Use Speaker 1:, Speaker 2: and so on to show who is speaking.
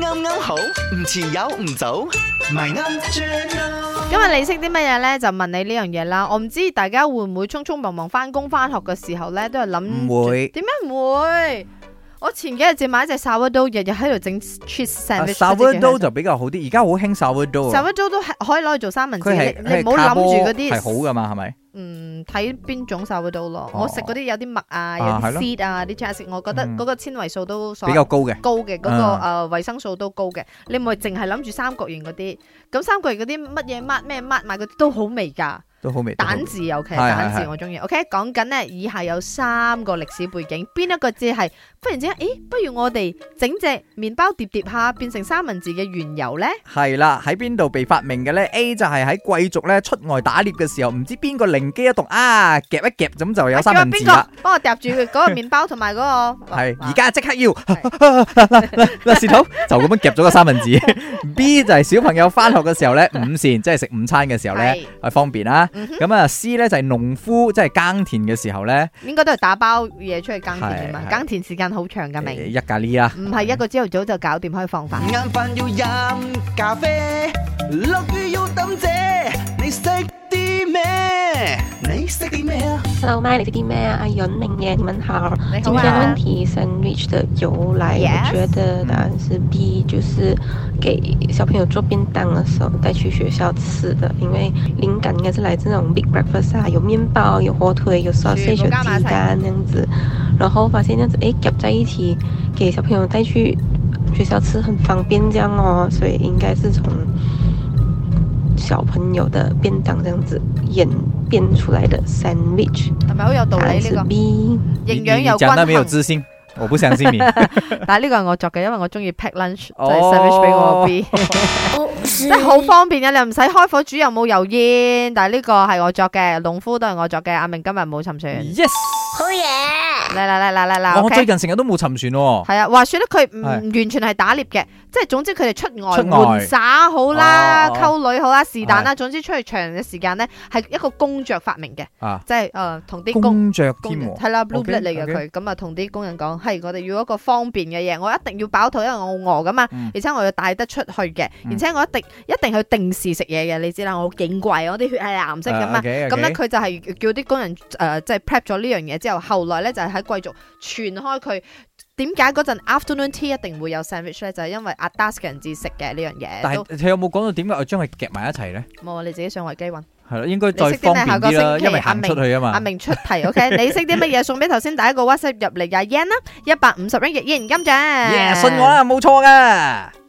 Speaker 1: 啱啱好，唔遲有唔早，咪啱 channel。
Speaker 2: 今日你識啲乜嘢咧？就問你呢樣嘢啦。我唔知大家會唔會匆匆忙忙翻工翻學嘅時候咧，都係諗
Speaker 3: 唔會
Speaker 2: 點解唔會？我前幾日至買一隻 sourdough，日日喺度整 cheese sandwich。
Speaker 3: s a v o u r d o 啊就比較好啲，而家好興 s a v o u r d o 啊，
Speaker 2: sourdough 都係可以攞嚟做三文治。
Speaker 3: 佢係
Speaker 2: 你你唔好諗住嗰
Speaker 3: 係好
Speaker 2: 啲，
Speaker 3: 噶嘛，係咪？
Speaker 2: 嗯，睇邊種 sourdough 咯。
Speaker 3: 哦
Speaker 2: 我食嗰啲有啲麥啊，有
Speaker 3: 啊係
Speaker 2: 啲
Speaker 3: 咯
Speaker 2: seed 啊，啲 jazz，我覺得
Speaker 3: 嗯
Speaker 2: 嗰個纖維素都所
Speaker 3: 比較高嘅，
Speaker 2: 高嘅嗰、個誒、
Speaker 3: 啊
Speaker 2: 維生素都高嘅，你唔係淨係諗住三角形嗰啲，咁三角形嗰啲乜嘢乜咩乜買嗰啲都好味㗎，
Speaker 3: 都好味。
Speaker 2: 蛋字尤其
Speaker 3: 係係
Speaker 2: 蛋字
Speaker 3: 係
Speaker 2: 我中意。OK，講緊呢，以下有三個歷史背景，邊一個字係忽然之間，咦，不如我哋整隻麵包碟碟下變成三文治嘅緣由呢？
Speaker 3: 係啦，喺邊度被發明嘅呢 a 就係喺貴族咧出外打獵嘅時候，唔知邊個靈機一動啊，夾一夾咁就有三文治
Speaker 2: 啊叫阿
Speaker 3: 啦。
Speaker 2: 邊個幫我夾住佢嗰個麵包同埋嗰個？
Speaker 3: 係，
Speaker 2: 哇
Speaker 3: 而家即刻要，嗱舌頭就咁樣夾咗個三文治。B 就係小朋友翻學嘅時候呢，午膳即係食午餐嘅時候呢，
Speaker 2: 係
Speaker 3: 係方便啦。
Speaker 2: 嗯哼
Speaker 3: 咁啊，C 呢就係農夫即係耕田嘅時候呢，
Speaker 2: 應該都係打包嘢出去耕田啊㗎嘛，
Speaker 3: 係係
Speaker 2: 耕田時間好長㗎，
Speaker 3: 誒
Speaker 2: 明？
Speaker 3: 一咖喱啦。
Speaker 2: 唔係一個朝頭早就搞掂可以放飯。
Speaker 1: 晏飯要飲咖啡，落雨要抌遮，你識啲咩？你識啲咩啊？
Speaker 4: Hello，麦，你是弟妹啊，阿袁明耶，你们好。
Speaker 2: 你
Speaker 4: 今
Speaker 2: 好
Speaker 4: 天的
Speaker 2: 啊
Speaker 4: 问，题 sandwich 的由来
Speaker 2: Yes
Speaker 4: 我觉得答案是 B，就是给小朋友做便当的时候带去学校吃的，因为灵感应该是来自那种 big breakfast 啊，有面包，有火腿，有 sausage，有
Speaker 2: 全部加埋一
Speaker 4: 啊鸡
Speaker 2: 齊
Speaker 4: 蛋那样子，然后发现这样子，哎诶，夹在一起，给小朋友带去学校吃很方便这样哦，所以应该是从小朋友的便当这样子演变出来的 sandwich。
Speaker 3: 嗯
Speaker 2: 係咪好有道
Speaker 4: 答
Speaker 2: 理
Speaker 4: 案
Speaker 2: 呢
Speaker 4: 是
Speaker 2: 個？
Speaker 4: B。
Speaker 2: 營
Speaker 3: 你
Speaker 2: 養
Speaker 3: 你
Speaker 2: 又均
Speaker 3: 講得沒有
Speaker 2: 衡，
Speaker 3: 自信，我不相 信你。
Speaker 2: 但係呢個係我作嘅，因為我中意 pack lunch，就
Speaker 3: 哦
Speaker 2: 係 sandwich 俾我 B，即 係好方便嘅，你又唔使開火煮，又冇油煙。但係呢個係我作嘅，農夫都係我作嘅。阿明今日冇沉船，
Speaker 3: Yes，
Speaker 2: 嚟嚟嚟嚟嚟嚟
Speaker 3: 我最
Speaker 2: ，OK。
Speaker 3: 近成日都冇沉船喎。
Speaker 2: 係啊，話說咧，佢唔
Speaker 3: 係
Speaker 2: 完全係打獵嘅，即係總之佢哋出
Speaker 3: 出
Speaker 2: 外
Speaker 3: 外
Speaker 2: 玩耍好啦，
Speaker 3: 哦
Speaker 2: 溝女好啦，是但啦，總之出去長嘅時間咧，係一個公爵發明嘅，
Speaker 3: 啊，
Speaker 2: 即係誒同啲工。
Speaker 3: 公爵
Speaker 2: 工
Speaker 3: 添
Speaker 2: 人
Speaker 3: 喎。
Speaker 2: 係啦，blue
Speaker 3: OK，
Speaker 2: blood 嚟嘅
Speaker 3: OK
Speaker 2: 佢，咁啊同啲工人講，係我哋要一個方便嘅嘢，我一定要飽肚，因為我餓噶嘛
Speaker 3: 嗯，
Speaker 2: 而且我要帶得出去嘅，
Speaker 3: 嗯
Speaker 2: 而且我一定一定去定時食嘢嘅，你知啦，我好矜貴，我啲血係藍色噶嘛，
Speaker 3: 啊，OK，OK
Speaker 2: 咁咧佢就係叫啲工人誒即係 prep 咗呢樣嘢之後，後來咧就係喺貴族傳開佢。點解嗰陣 afternoon tea 一定會有 sandwich 咧？就係因為阿 Das 嘅人至食嘅呢樣
Speaker 3: 但
Speaker 2: 嘢，都
Speaker 3: 係佢有冇講到點解啊我將佢夾埋一齊咧？
Speaker 2: 冇啊！你自己上維基揾。
Speaker 3: 係咯，應該再
Speaker 2: 你識啲
Speaker 3: 方
Speaker 2: 咩
Speaker 3: 便
Speaker 2: 下
Speaker 3: 啲
Speaker 2: 個
Speaker 3: 啦，
Speaker 2: 星期
Speaker 3: 因為
Speaker 2: 阿
Speaker 3: 行
Speaker 2: 明
Speaker 3: 出去啊嘛
Speaker 2: 阿。明出題，OK？你識啲乜嘢送俾頭先第一個 WhatsApp 入嚟廿 yen 啦，一百五十 yen 嘅現金獎。
Speaker 3: 耶，信我啦，冇錯噶。